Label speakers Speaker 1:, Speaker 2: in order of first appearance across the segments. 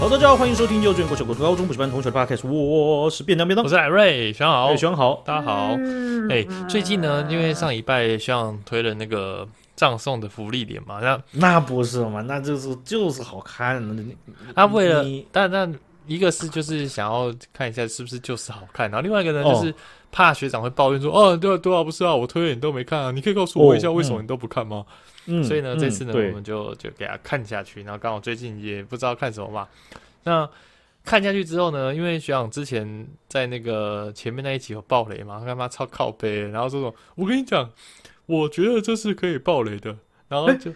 Speaker 1: 好，大家好，欢迎收听幼稚园、国小、国中、高中补习班同学的 podcast，我是便当便当
Speaker 2: 我，是艾瑞，学长好，
Speaker 1: 哎，选好，
Speaker 2: 大家好。哎、最近呢，因为上礼拜学长推了那个葬送的福利点嘛，那
Speaker 1: 那不是嘛？那就是就是好看，你
Speaker 2: 啊为了
Speaker 1: 你，
Speaker 2: 但但一个是就是想要看一下是不是就是好看，然后另外一个呢
Speaker 1: 哦
Speaker 2: 就是怕学长会抱怨说，哦，对啊对啊，不是啊，我推了你都没看啊，你可以告诉我一下
Speaker 1: 哦
Speaker 2: 为什么
Speaker 1: 嗯
Speaker 2: 你都不看吗？
Speaker 1: 嗯
Speaker 2: 所以呢，
Speaker 1: 嗯
Speaker 2: 这次呢，
Speaker 1: 对
Speaker 2: 我们就就给他看下去，然后刚好最近也不知道看什么嘛，那。看下去之后呢，因为学长之前在那个前面那一集有爆雷嘛，他妈超靠背的，然后这种我跟你讲，我觉得这是可以爆雷的，然后
Speaker 1: 哎
Speaker 2: 就、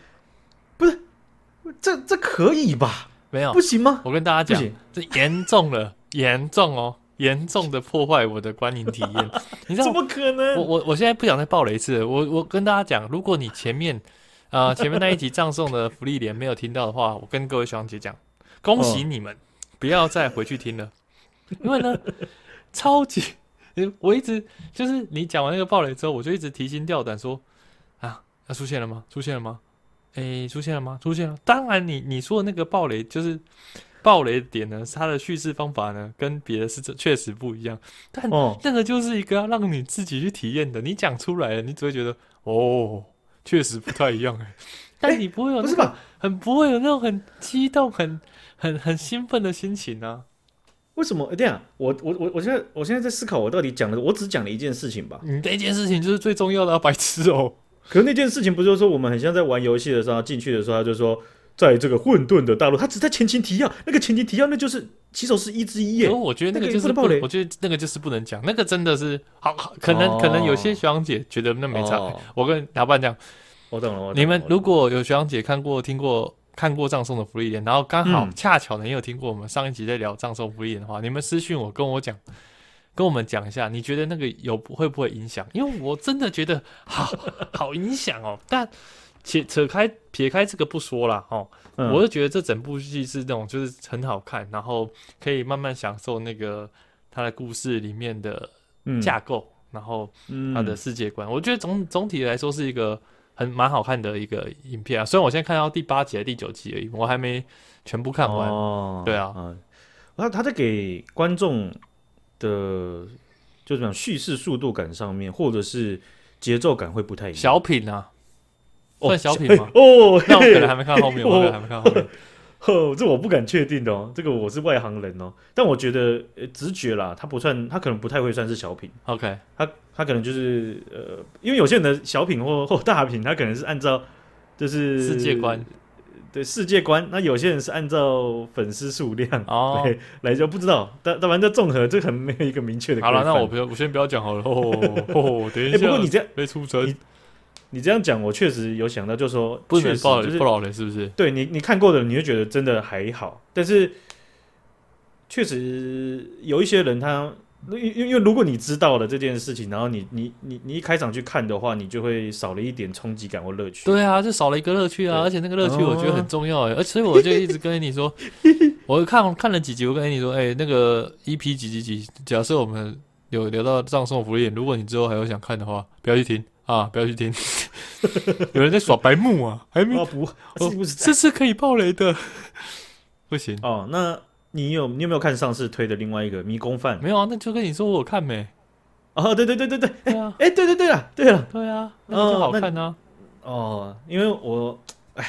Speaker 1: 这这可以吧？
Speaker 2: 没有
Speaker 1: 不，行吗？
Speaker 2: 我跟大家
Speaker 1: 不
Speaker 2: 讲，
Speaker 1: 行，
Speaker 2: 这严重了，严重哦，严重的破坏我的观影体验。你知道
Speaker 1: 怎，么可
Speaker 2: 我
Speaker 1: 能？
Speaker 2: 我我现在不想再爆雷一次了。我我跟大家讲，如果你前面啊、呃前面那一集葬送的福利连没有听到的话，我跟各位小姐姐讲，恭喜你们，不要再回去听了，因为呢，超级，我一直就是你讲完那个爆雷之后，我就一直提心吊胆说啊，那、出现了吗？出现了吗？诶，出现了吗？出现了。当然你，你说的那个爆雷就是爆雷点呢，是它的叙事方法呢，跟别的是确实不一样。但
Speaker 1: 哦，
Speaker 2: 那个就是一个要让你自己去体验的，你讲出来了，你只会觉得哦，确实不太一 样哎。但你不会有、那
Speaker 1: 不
Speaker 2: 个
Speaker 1: 是吧？
Speaker 2: 很不会有那种很激动、很很很兴奋的心情啊。
Speaker 1: 为什么？哎，这样，我我我我现在我现在在思考，我到底讲了，我只讲了一件事情吧？
Speaker 2: 你嗯那件事情就是最重要的、啊，白痴哦。
Speaker 1: 可是那件事情不就是说我们很像在玩游戏的时候进去的时候，他就说在这个混沌的大陆，他只在前情提要，那个前情提要那就是起手是一之一
Speaker 2: 可
Speaker 1: 耶
Speaker 2: 是。我觉得
Speaker 1: 那
Speaker 2: 那
Speaker 1: 个
Speaker 2: 个
Speaker 1: 也
Speaker 2: 就
Speaker 1: 不
Speaker 2: 是
Speaker 1: 能爆雷
Speaker 2: 我觉得那个就是不能讲，那个真的是好，好可能、
Speaker 1: 哦
Speaker 2: 可能有些学长姐觉得那没差。
Speaker 1: 哦
Speaker 2: 我跟老板讲，
Speaker 1: 我懂了，我懂了
Speaker 2: 你们
Speaker 1: 我懂了
Speaker 2: 如果有学长姐看过、听过、看过葬送的福利点，然后刚好
Speaker 1: 嗯
Speaker 2: 恰巧你有听过我们上一集在聊葬送福利点的话，你们私信我跟我讲， 跟我们讲一下，你觉得那个有会不会影响？因为我真的觉得好 好影响哦。但且扯开撇开这个不说啦，哦，
Speaker 1: 嗯
Speaker 2: 我是觉得这整部戏是那种就是很好看，然后可以慢慢享受那个它的故事里面的
Speaker 1: 嗯
Speaker 2: 架构，然后它的世界观。我觉得总总体来说是一个很蛮好看的一个影片啊。虽然我现在看到第八集、第九集而已，我还没全部看完。
Speaker 1: 哦
Speaker 2: 对啊
Speaker 1: 嗯，然后他在给观众的就是讲叙事速度感上面，或者是节奏感会不太一样。
Speaker 2: 小品啊，
Speaker 1: 哦
Speaker 2: 算小品吗
Speaker 1: 哎哦，
Speaker 2: 那我可
Speaker 1: 嘿
Speaker 2: 能还没看后 面，我可能还没看后面。
Speaker 1: 呵，这我不敢确定的哦，这个我是外行人哦。但我觉得、呃、直觉啦，他不算，他可能不太会算是小品，
Speaker 2: OK，
Speaker 1: 他他可能就是呃，因为有些人的小品或 或大品，他可能是按照就是
Speaker 2: 世界观
Speaker 1: 对世界观，那有些人是按照粉丝数量
Speaker 2: 哦。
Speaker 1: 对，来就不知道，但但反正综合这很没有一个明确的规
Speaker 2: 好
Speaker 1: 范。
Speaker 2: 了，那我不要，我先不要讲好了。哦， 哦等
Speaker 1: 哎、
Speaker 2: 一下，
Speaker 1: 不过你这样
Speaker 2: 被出征
Speaker 1: 你，你这样讲，我确实有想到，就说
Speaker 2: 不
Speaker 1: 确
Speaker 2: 能
Speaker 1: 实
Speaker 2: 爆
Speaker 1: 就
Speaker 2: 雷，
Speaker 1: 是
Speaker 2: 不老雷是不是？
Speaker 1: 对你你看过的，你会觉得真的还好，但是确实有一些人他。因因因为如果你知道了这件事情，然后你你你你一开场去看的话，你就会少了一点冲击感或乐趣。
Speaker 2: 对啊，就少了一个乐趣啊，
Speaker 1: 对哦
Speaker 2: 而且那个乐趣我觉得很重要哎、而且我就一直跟 你说，我看看了几集，我跟你说，哎、那个 EP 几几几，假设我们有聊到葬送福利，如果你之后还有想看的话，不要去听啊，不要去听， 有人在耍白目啊，还没，
Speaker 1: 啊不，
Speaker 2: 哦
Speaker 1: 是不是
Speaker 2: 这是可以爆雷的， 不行，
Speaker 1: 哦？那你有你有没有看上次推的另外一个《迷宫饭》？
Speaker 2: 没有啊，那就跟你说我有看没，
Speaker 1: 哦，对对对对对，
Speaker 2: 对啊，
Speaker 1: 哎、对对对了，对了，
Speaker 2: 对啊，那个就好看啊，
Speaker 1: 哦，因为我，哎，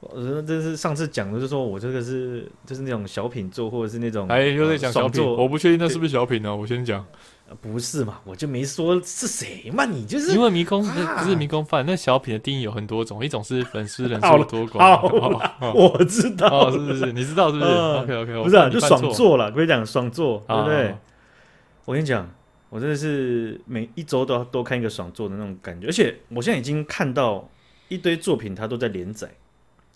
Speaker 1: 我这是上次讲的，就说我这个是就是那种小品作，或者是那种，
Speaker 2: 哎、又在讲小
Speaker 1: 爽
Speaker 2: 品，哦
Speaker 1: 作
Speaker 2: 我不确定那是不是小品呢、啊我先讲。
Speaker 1: 呃不是嘛？我就没说是谁嘛，你就是
Speaker 2: 因为迷宫
Speaker 1: 啊
Speaker 2: 不是迷宫饭，那小品的定义有很多种，一种是粉丝人
Speaker 1: 好
Speaker 2: 数
Speaker 1: 了
Speaker 2: 多寡，
Speaker 1: 好
Speaker 2: 哦哦
Speaker 1: 我知道
Speaker 2: 哦，是是是，你知道是不是
Speaker 1: 嗯
Speaker 2: ？OK OK，
Speaker 1: 不是啊，就爽，做了，可以讲爽做，对不对？
Speaker 2: 啊
Speaker 1: 我跟你讲，我真的是每一周都要多看一个爽做的那种感觉，而且我现在已经看到一堆作品，它都在连载，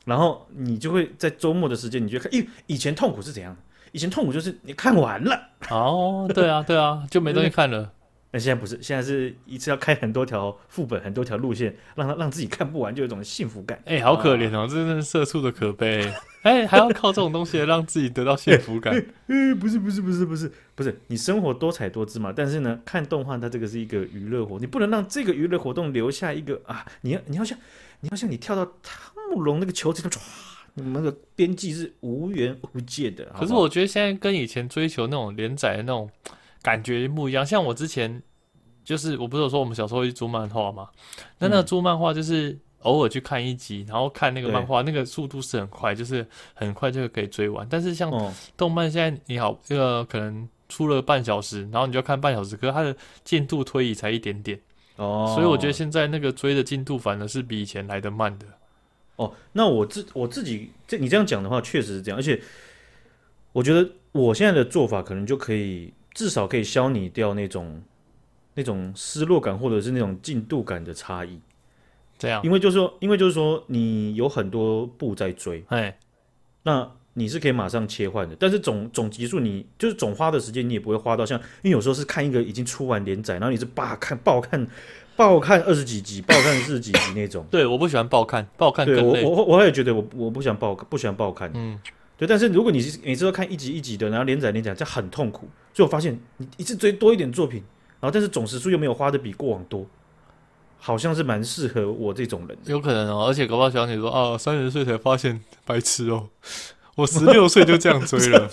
Speaker 1: 然后你就会在周末的时间，你就看，因为以前痛苦是怎样？以前痛苦就是你看完了。
Speaker 2: 哦，对啊对啊，就没东西看了。
Speaker 1: 那现在不是，现在是一次要开很多条副本，很多条路线，让他让自己看不完，就有一种幸福感。
Speaker 2: 哎，好可怜
Speaker 1: 啊
Speaker 2: 哦，这真是社畜的可悲。哎，还要靠这种东西来让自己得到幸福感。
Speaker 1: 呃，不是不是不是不是不是，你生活多彩多姿嘛，但是呢，看动画它这个是一个娱乐活，你不能让这个娱乐活动留下一个啊，你要你要像你要像你跳到汤姆龙那个球池，唰，你们那个编辑是无缘无界的。好不好
Speaker 2: 可是我觉得现在跟以前追求那种连载的那种感觉不一样。像我之前就是，我不是有说我们小时候去租漫画嘛？那那个租漫画就是偶尔去看一集，然后看那个漫画，那个速度是很快，就是很快就可以追完。但是像
Speaker 1: 哦，
Speaker 2: 动漫现在你好，这个可能出了半小时，然后你就看半小时，可是它的进度推移才一点点，
Speaker 1: 哦，
Speaker 2: 所以我觉得现在那个追的进度反而是比以前来的慢的。
Speaker 1: 哦，那我自我自己这你这样讲的话，确实是这样，而且我觉得我现在的做法可能就可以至少可以消弭掉那种那种失落感或者是那种进度感的差异，
Speaker 2: 这样，
Speaker 1: 因为就是说，因为就是说你有很多部在追，
Speaker 2: 哎，
Speaker 1: 那你是可以马上切换的，但是总总集数你就是总花的时间，你也不会花到像，因为有时候是看一个已经出完连载，然后你是罢看爆看爆看二十几集，爆看四十几集那
Speaker 2: 。
Speaker 1: 种
Speaker 2: 对，我不喜欢爆看，爆看
Speaker 1: 对
Speaker 2: 更
Speaker 1: 我
Speaker 2: 累。
Speaker 1: 我我也觉得我我不想爆不想爆看，
Speaker 2: 嗯，
Speaker 1: 对。但是如果你是每次都看一集一集的，然后连载连载，这样很痛苦。所以我发现你一次追多一点作品，然后但是总时数又没有花的比过往多，好像是蛮适合我这种人的。
Speaker 2: 有可能哦，而且搞不好小姐说啊，三十岁才发现白痴哦， 我十六岁就这样追 了，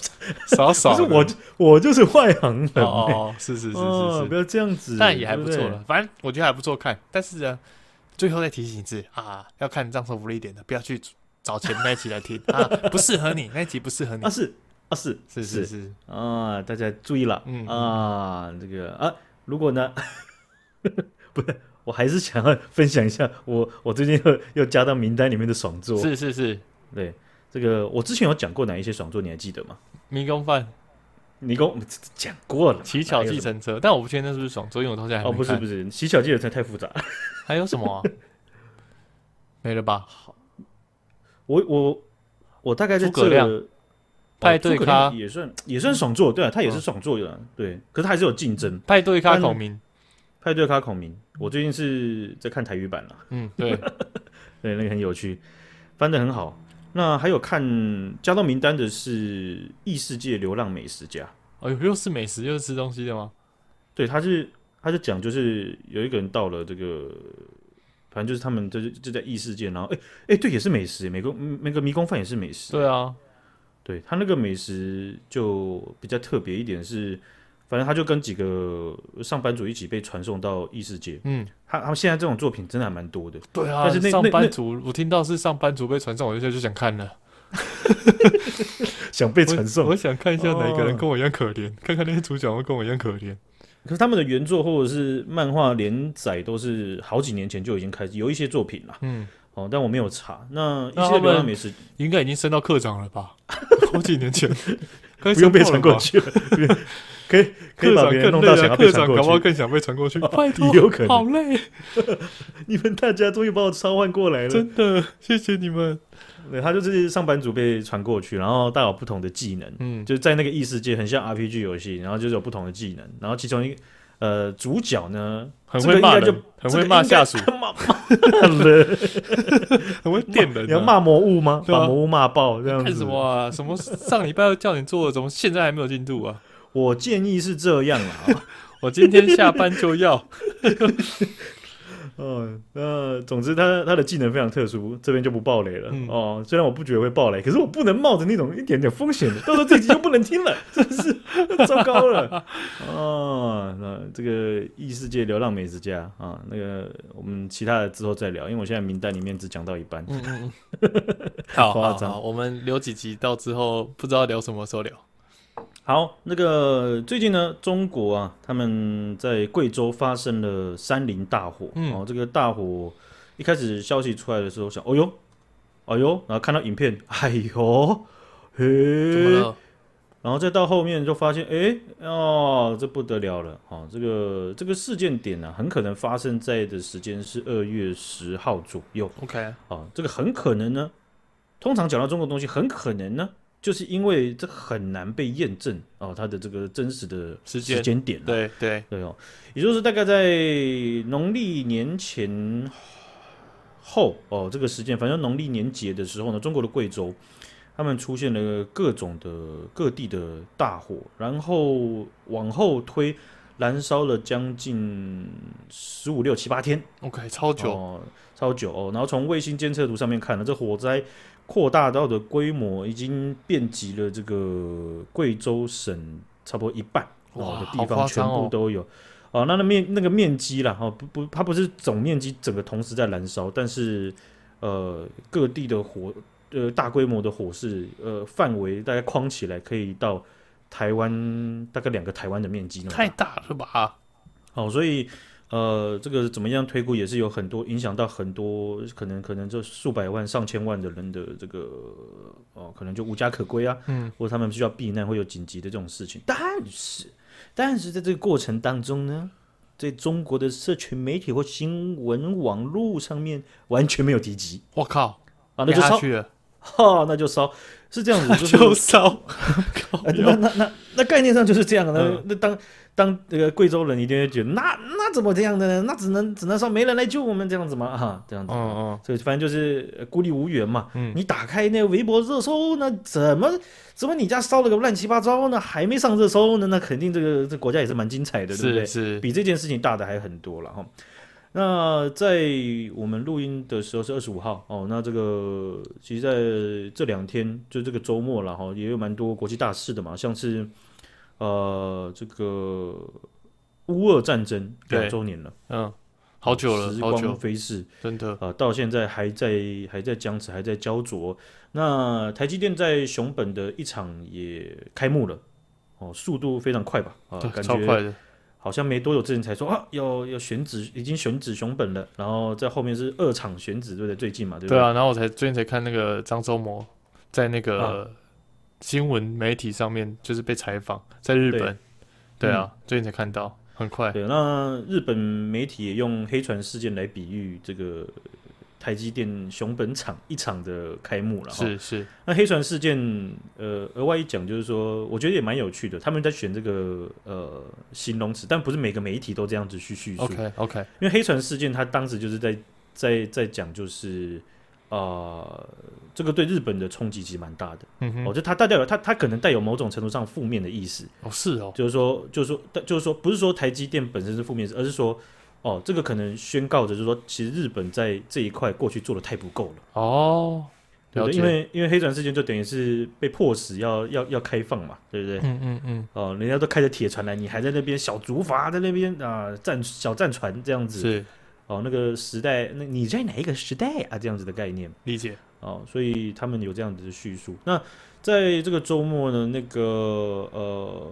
Speaker 2: 傻傻
Speaker 1: 可
Speaker 2: 的。
Speaker 1: 是我我就是外行人、
Speaker 2: 哦哦哦，是是是
Speaker 1: 哦
Speaker 2: 是
Speaker 1: 不
Speaker 2: 是，
Speaker 1: 要这样子，
Speaker 2: 但也还不错
Speaker 1: 对对
Speaker 2: 了，反正我觉得还不错看。但是呢，最后再提醒一次啊，要看藏寿福利点的，不要去找前面那一集来听 啊，不适合你，那一集不适合 你
Speaker 1: 啊。是啊是
Speaker 2: 是是是，
Speaker 1: 啊，大家注意了，
Speaker 2: 嗯
Speaker 1: 啊，这个啊，如果呢， 不是，我还是想要分享一下我我最近又又加到名单里面的爽作，
Speaker 2: 是是是，
Speaker 1: 对这个我之前有讲过哪一些爽作，你还记得吗？
Speaker 2: 迷宫饭、
Speaker 1: 你跟我讲过了，
Speaker 2: 乞巧
Speaker 1: 哪有
Speaker 2: 计
Speaker 1: 什么
Speaker 2: 程车，但我不确定那是不是爽周，因为我到现在还没
Speaker 1: 哦，
Speaker 2: 看。
Speaker 1: 不是不是，乞巧计程车太复杂，
Speaker 2: 还有什么啊、没了吧？
Speaker 1: 我我我大概在
Speaker 2: 诸葛亮
Speaker 1: 这。
Speaker 2: 派对
Speaker 1: 哦诸葛亮
Speaker 2: 咖嗯
Speaker 1: 也算也算爽作，对啊，他也是爽作的啊，对，可是他还是有竞争。
Speaker 2: 派对咖
Speaker 1: 但
Speaker 2: 孔明，
Speaker 1: 派对咖孔明，我最近是在看台语版了。
Speaker 2: 嗯，对，
Speaker 1: 对，那个很有趣，翻得很好。那还有看加到名单的是《异世界流浪美食家》，
Speaker 2: 哦，又是美食又是吃东西的吗？
Speaker 1: 对，他是他是讲就是有一个人到了这个，反正就是他们就是就在异世界，然后哎哎、诶对，也是美食，美工嗯那个迷宫饭也是美食，
Speaker 2: 对啊，
Speaker 1: 对他那个美食就比较特别一点是，反正他就跟几个上班族一起被传送到异世界，
Speaker 2: 嗯，
Speaker 1: 他他们现在这种作品真的还蛮多的，
Speaker 2: 对啊。
Speaker 1: 但是那
Speaker 2: 上
Speaker 1: 那
Speaker 2: 班
Speaker 1: 那
Speaker 2: 族，我听到是上班族被传送，我就就想看了。
Speaker 1: 想被
Speaker 2: 我
Speaker 1: 传送
Speaker 2: 我，想看一下哪一个人
Speaker 1: 哦
Speaker 2: 跟我一样可怜，看看那些主角会跟我一样可怜。
Speaker 1: 可是他们的原作或者是漫画连载都是好几年前就已经开始，有一些作品啦。
Speaker 2: 嗯，
Speaker 1: 哦，但我没有查。那一
Speaker 2: 那
Speaker 1: 些
Speaker 2: 他们
Speaker 1: 流浪美食
Speaker 2: 应该已经升到科长了 吧？好几年前，不
Speaker 1: 不用被传过。去了，不用 可以可
Speaker 2: 科
Speaker 1: 以把
Speaker 2: 长
Speaker 1: 别人
Speaker 2: 更
Speaker 1: 弄到
Speaker 2: 累
Speaker 1: 想
Speaker 2: 啊，
Speaker 1: 要被
Speaker 2: 科
Speaker 1: 传
Speaker 2: 长搞不好
Speaker 1: 过去。
Speaker 2: 更想被传过哦去。拜托，
Speaker 1: 有可能
Speaker 2: 好累，
Speaker 1: 你们大家终于把我召唤过来了。
Speaker 2: 真的，谢谢你们。
Speaker 1: 对，他就是上班族被传过去，然后带有不同的技能，
Speaker 2: 嗯，
Speaker 1: 就是在那个异世界很像 RPG 游戏，然后就是有不同的技能，然后其中一个呃主角呢
Speaker 2: 很
Speaker 1: 这个
Speaker 2: 会
Speaker 1: 应该
Speaker 2: 骂
Speaker 1: 就
Speaker 2: 人，很会骂下属，，
Speaker 1: 这个应该骂骂人，
Speaker 2: 很会电人啊。
Speaker 1: 你要骂魔物吗？
Speaker 2: 对啊
Speaker 1: 把魔物骂爆这样子。
Speaker 2: 干什么啊？什么上礼拜要叫你做的，怎么现在还没有进度啊？
Speaker 1: 我建议是这样啦，
Speaker 2: 我今天下班就要。
Speaker 1: 嗯，呃，总之他他的技能非常特殊，这边就不爆雷了、
Speaker 2: 嗯
Speaker 1: 哦。虽然我不觉得会爆雷，可是我不能冒着那种一点点风险的，到时候这集就不能听了， 真是糟糕了。哦，那这个异世界流浪美食家啊，那个我们其他的之后再聊，因为我现在名单里面只讲到一半。
Speaker 2: 嗯嗯 嗯，好
Speaker 1: 夸
Speaker 2: 好
Speaker 1: 张
Speaker 2: 好，我们留几集到之后不知道聊什么时候聊。
Speaker 1: 好，那个最近呢，中国啊，他们在贵州发生了山林大火。
Speaker 2: 嗯
Speaker 1: 哦，这个大火一开始消息出来的时候，想，哦呦，哎呦，然后看到影片， 哎呦，
Speaker 2: 怎么
Speaker 1: 嘿，
Speaker 2: 了？
Speaker 1: 然后再到后面就发现，哎，哦，这不得了了，哦，这个这个事件点呢、很可能发生在的时间是二月十号左右。
Speaker 2: OK，
Speaker 1: 啊，这个很可能呢，通常讲到中国东西，很可能呢，就是因为这很难被验证啊，它的这个真实的
Speaker 2: 时间
Speaker 1: 点、啊，
Speaker 2: 对对，
Speaker 1: 对哦，也就是大概在农历年前后哦，这个时间，反正农历年节的时候呢，中国的贵州。他们出现了各种的各地的大火，然后往后推，燃烧了将近十五六七八天，
Speaker 2: OK，超久。
Speaker 1: 哦哦，超久哦。然后从卫星监测图上面看呢，这火灾扩大到的规模已经遍及了这个贵州省差不多一半
Speaker 2: 哇
Speaker 1: 哦的
Speaker 2: 好
Speaker 1: 地
Speaker 2: 夸
Speaker 1: 方，全
Speaker 2: 张哦
Speaker 1: 部都有。哦，那那面那个面积啦，哦不不，它不是总面积整个同时在燃烧，但是呃各地的火呃大规模的火势呃范围大概框起来可以到台湾大概两个台湾的面积那么大
Speaker 2: 太大了吧？
Speaker 1: 好，所以呃，这个怎么样推估也是有很多影响到很多可能可能这数百万上千万的人的这个哦，可能就无家可归啊，
Speaker 2: 嗯，
Speaker 1: 或者他们需要避难，会有紧急的这种事情。但是，但是在这个过程当中呢，在中国的社群媒体或新闻网络上面完全没有提及
Speaker 2: 我靠，
Speaker 1: 啊，那就
Speaker 2: 压下
Speaker 1: 烧，
Speaker 2: 去了，
Speaker 1: 哈、那就烧，是这样 子，就是
Speaker 2: 就烧，
Speaker 1: 啊，那那那那概念上就是这样的。那
Speaker 2: 嗯
Speaker 1: 那当当那个贵州人一定会觉得，那那怎么这样的呢？那只能只能说没人来救我们这样子嘛，啊，这样
Speaker 2: 嗯
Speaker 1: 子。
Speaker 2: 嗯，
Speaker 1: 所以反正就是呃孤立无援嘛。
Speaker 2: 嗯
Speaker 1: 你打开那微博热搜，那怎么怎么你家烧了个乱七八糟呢？还没上热搜呢？那肯定这个这国家也是蛮精彩的，对不对
Speaker 2: 是？是，
Speaker 1: 比这件事情大的还很多了哈。那在我们录音的时候是二十五号哦，那这个其实在这两天就这个周末了哈，也有蛮多国际大事的嘛，像是呃这个乌俄战争
Speaker 2: 对
Speaker 1: 两周年了，
Speaker 2: 嗯，好久了
Speaker 1: 时，
Speaker 2: 好久
Speaker 1: 光，飞逝，
Speaker 2: 真的，
Speaker 1: 啊，到现在还在还在僵持，还在焦灼。那台积电在熊本的一场也开幕了，哦，速度非常快吧？啊，
Speaker 2: 对
Speaker 1: 感
Speaker 2: 超
Speaker 1: 觉
Speaker 2: 快的，
Speaker 1: 好像没多久之前才说啊，要要选址，已经选址熊本了，然后在后面是二场选址，对不对？最近嘛，对不
Speaker 2: 对啊。然后我才最近才看那个张周模在那
Speaker 1: 啊
Speaker 2: 个新闻媒体上面就是被采访，在日
Speaker 1: 对嗯
Speaker 2: 本，对啊，最近才看到，很快，
Speaker 1: 对那日本媒体也用黑船事件来比喻这个台积电熊本厂一场的开幕了。哈
Speaker 2: 是是，
Speaker 1: 那黑船事件，呃，额外一讲就是说，我觉得也蛮有趣的。他们在选这个呃形容词，但不是每个媒体都这样子去叙述。
Speaker 2: OK OK，
Speaker 1: 因为黑船事件，它当时就是在在在讲，就是呃，这个对日本的冲击其实蛮大的。
Speaker 2: 嗯哼
Speaker 1: 哦，，就它带有它它可能带有某种程度上负面的意思，
Speaker 2: 哦是哦，
Speaker 1: 就是说就是说但就是说不是说台积电本身是负面意思，而是说哦，这个可能宣告着就是说，其实日本在这一块过去做的太不够了。
Speaker 2: 哦，
Speaker 1: 对
Speaker 2: 了
Speaker 1: 不对，
Speaker 2: 解，
Speaker 1: 因为因为黑船事件就等于是被迫使要要要开放嘛，对不对？
Speaker 2: 嗯嗯嗯，
Speaker 1: 哦，人家都开着铁船来，你还在那边小竹筏在那边啊、战小战船这样子，
Speaker 2: 是
Speaker 1: 哦，那个时代，那你在哪一个时代啊？这样子的概念
Speaker 2: 理解，
Speaker 1: 哦，所以他们有这样子的叙述。那在这个周末呢，那个呃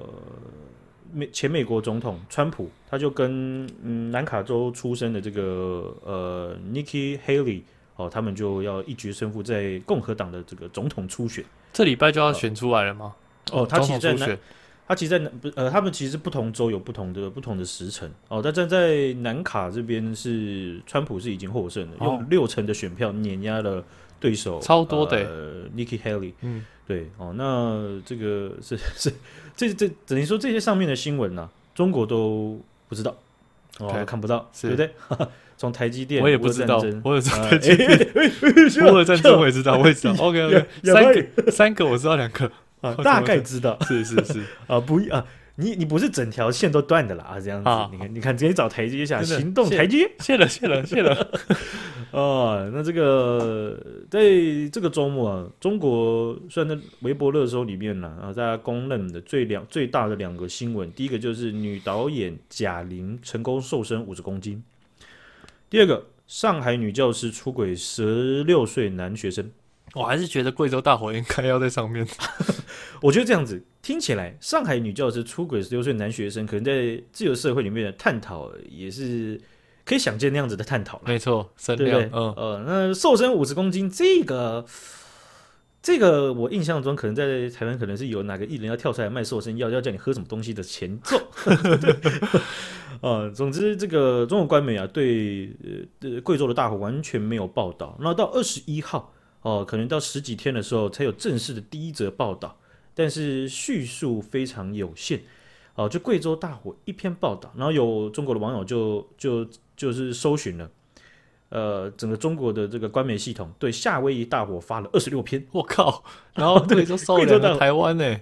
Speaker 1: 美前美国总统川普，他就跟嗯南卡州出生的这个呃 Nikki Haley 哦，他们就要一决胜负在共和党的这个总统初选。
Speaker 2: 这礼拜就要
Speaker 1: 哦
Speaker 2: 选出来了吗？
Speaker 1: 哦，他
Speaker 2: 总
Speaker 1: 其实
Speaker 2: 统
Speaker 1: 在
Speaker 2: 初
Speaker 1: 南，
Speaker 2: 选，
Speaker 1: 他其实在南不呃，他们其实不同州有不同的不同的时辰哦。但站在南卡这边是川普是已经获胜了，
Speaker 2: 哦
Speaker 1: 用六成的选票碾压了对手，
Speaker 2: 超多的
Speaker 1: 呃，Nikki Haley。
Speaker 2: 嗯，
Speaker 1: 对哦，那这个是是这这等于说这些上面的新闻呢、啊中国都不知道哦
Speaker 2: OK，
Speaker 1: 看不到，
Speaker 2: 是
Speaker 1: 对不对？ 从台积电，
Speaker 2: 我也
Speaker 1: 乌
Speaker 2: 不
Speaker 1: 俄
Speaker 2: 知
Speaker 1: 战
Speaker 2: 道
Speaker 1: 争，
Speaker 2: 我也 知道
Speaker 1: 呃
Speaker 2: 台积电，乌俄战争我也知道，我 也知道，OK OK，
Speaker 1: 哑
Speaker 2: 三
Speaker 1: 巴
Speaker 2: 个三个我知道 两个，
Speaker 1: 啊
Speaker 2: 我
Speaker 1: 大
Speaker 2: 我
Speaker 1: 概知道。
Speaker 2: 是是是，
Speaker 1: 啊，不一啊，你你不是整条线都断的啦啊，这样子，
Speaker 2: 啊
Speaker 1: 你看你看，直接找台阶下，
Speaker 2: 真的
Speaker 1: 行动
Speaker 2: 谢
Speaker 1: 台阶
Speaker 2: 谢了谢了谢了，
Speaker 1: 啊。那这个在这个周末啊，中国虽然在微博热搜里面呢啊，大家公认的最两最大的两个新闻，第一个就是女导演贾玲成功瘦身五十公斤，第二个上海女教师出轨十六岁男学生。
Speaker 2: 我还是觉得贵州大火应该要在上 面，
Speaker 1: 我觉得这样子听起来，上海女教师出轨十六岁男学生，可能在自由社会里面的探讨也是可以想见那样子的探讨了，
Speaker 2: 没错，声
Speaker 1: 对不对
Speaker 2: 量，？嗯，
Speaker 1: 呃，那瘦身五十公斤这个。这个我印象中，可能在台湾可能是有哪个艺人要跳出来卖瘦身药，要叫你喝什么东西的前奏。 呃，总之这个中国官媒啊，对呃呃贵州的大火完全没有报道。那到二十一号哦、可能到十几天的时候才有正式的第一则报道，但是叙述非常有限。哦、就贵州大火一篇报道，然后有中国的网友就就就是搜寻了，呃，整个中国的这个官媒系统对夏威夷大火发了二十六篇。
Speaker 2: 我靠，然后贵州烧
Speaker 1: 贵州
Speaker 2: 两
Speaker 1: 大
Speaker 2: 个
Speaker 1: 火
Speaker 2: 台湾呢，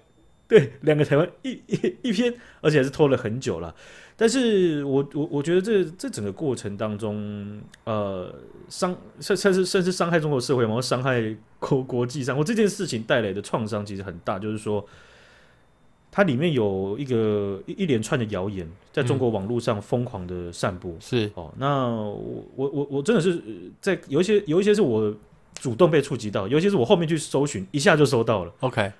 Speaker 1: 对，两个台湾一一一篇，而且还是拖了很久了。但是我我我觉得这这整个过程当中，呃，伤甚甚至甚至伤害中国社会嘛，然后伤害国国际上，我这件事情带来的创伤其实很大，就是说，它里面有一个一一连串的谣言在中国网络上疯狂的散播。
Speaker 2: 是
Speaker 1: 哦，那我我我我真的是呃在有一些有一些是我主动被触及到，有一些是我后面去搜寻一下就搜到了。
Speaker 2: OK，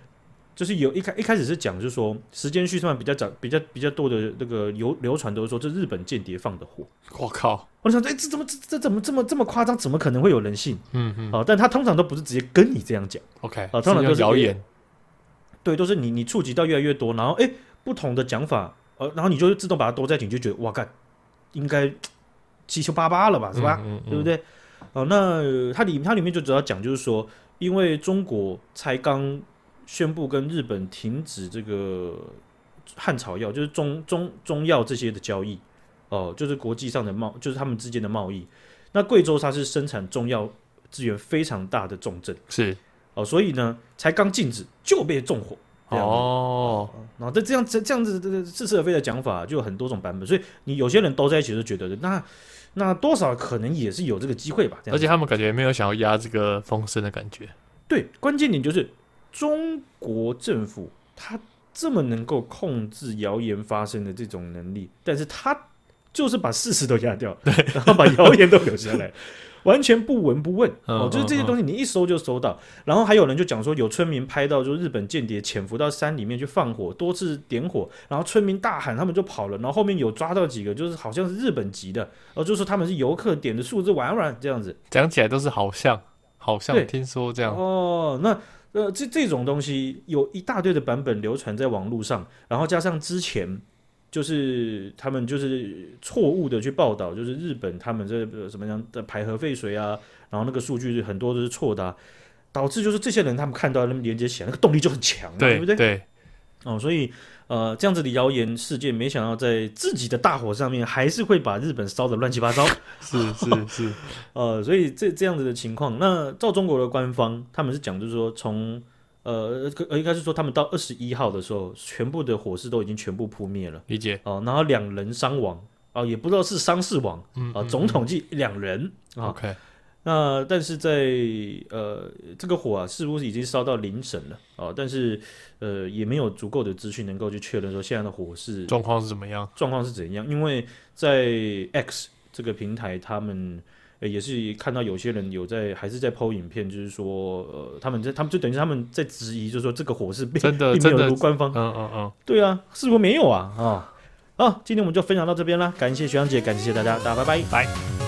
Speaker 1: 就是有一开一开始是讲，就是说时间序上比较讲比较比较多的那个流流传都是说这日本间谍放的火。
Speaker 2: 我靠，
Speaker 1: 我就想，哎、这怎么这这怎么这么这么夸张？怎么可能会有人信？
Speaker 2: 嗯嗯
Speaker 1: 哦，但他通常都不是直接跟你这样讲，
Speaker 2: ，OK，
Speaker 1: 啊通常都是
Speaker 2: 谣言，
Speaker 1: 对，都是你你触及到越来越多，然后哎、不同的讲法，呃，然后你就自动把它多在一起，你就觉得哇干，应该七七八八了吧，是吧？
Speaker 2: 嗯？嗯
Speaker 1: 对不？对？哦，那呃它里它里面就主要讲就是说，因为中国才刚宣布跟日本停止这个汉草药，就是中中中药这些的交易，哦，就是国际上的贸，就是他们之间的贸易。那贵州它是生产中药资源非常大的重镇
Speaker 2: 嗯是
Speaker 1: 哦，所以呢，才刚禁止就被纵火。这样子
Speaker 2: 哦，
Speaker 1: 然后这这样这这样子这似是而非的讲法就有很多种版本，所以你有些人都在一起就觉得那那多少可能也是有这个机会吧，这样
Speaker 2: 而
Speaker 1: 子
Speaker 2: 且他们感觉没有想要压这个风声的感觉，
Speaker 1: 对，关键点就是中国政府它这么能够控制谣言发生的这种能力，但是它就是把事实都压掉， 然后把谣言都留下来，完全不闻不问。
Speaker 2: 嗯
Speaker 1: 哦，就是这些
Speaker 2: 嗯
Speaker 1: 东西你一搜就搜到。然后还有人就讲说，有村民拍到，就日本间谍潜伏到山里面去放火，多次点火，然后村民大喊，他们就跑了。然后后面有抓到几个，就是好像是日本籍的，哦，就说他们是游客点的数字玩玩这样子。
Speaker 2: 讲起来都是好像，好
Speaker 1: 对
Speaker 2: 像听说这样，
Speaker 1: 哦，那呃，这这种东西有一大堆的版本流传在网络上，然后加上之前就是他们就是错误的去报道，就是日本他们这呃什么样的排核废水啊，然后那个数据很多都是错的啊、导致就是这些人他们看到他们连接起来，那个动力就很强、啊，
Speaker 2: 对
Speaker 1: 不对？
Speaker 2: 对，
Speaker 1: 哦，所以呃，这样子的谣言事件，没想到在自己的大火上面，还是会把日本烧得乱七八糟。
Speaker 2: 是是是，
Speaker 1: 呃，所以这这样子的情况，那照中国的官方，他们是讲就是说从呃呃应该是说他们到二十一号的时候，全部的火势都已经全部扑灭了
Speaker 2: 理 解，
Speaker 1: 哦、然后两人伤亡啊、也不知道是伤是亡
Speaker 2: 嗯
Speaker 1: 啊、总统计两人啊、
Speaker 2: ，OK，
Speaker 1: 那但是在呃这个火啊，似乎是已经烧到凌晨了啊、但是呃也没有足够的资讯能够去确认说现在的火势
Speaker 2: 状况是怎么样？
Speaker 1: 状况是怎样，因为在 X 这个平台，他们、呃也是看到有些人有在还是在抛影片，就是说，呃，他们在他们就等于是他们在质疑，就是说这个火是并
Speaker 2: 真的
Speaker 1: 并没
Speaker 2: 真
Speaker 1: 有
Speaker 2: 的
Speaker 1: 如，官
Speaker 2: 嗯
Speaker 1: 方
Speaker 2: 嗯嗯，
Speaker 1: 对啊，哦似乎没有啊啊。好，今天我们就分享到这边啦，感谢学长姐，感谢大家，大家拜拜。
Speaker 2: 来。